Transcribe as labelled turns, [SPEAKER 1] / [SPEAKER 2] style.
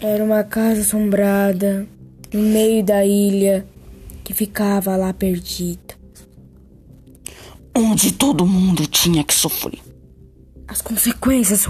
[SPEAKER 1] Era uma casa assombrada no meio da ilha que ficava lá perdida.
[SPEAKER 2] Onde todo mundo tinha que sofrer.
[SPEAKER 1] As consequências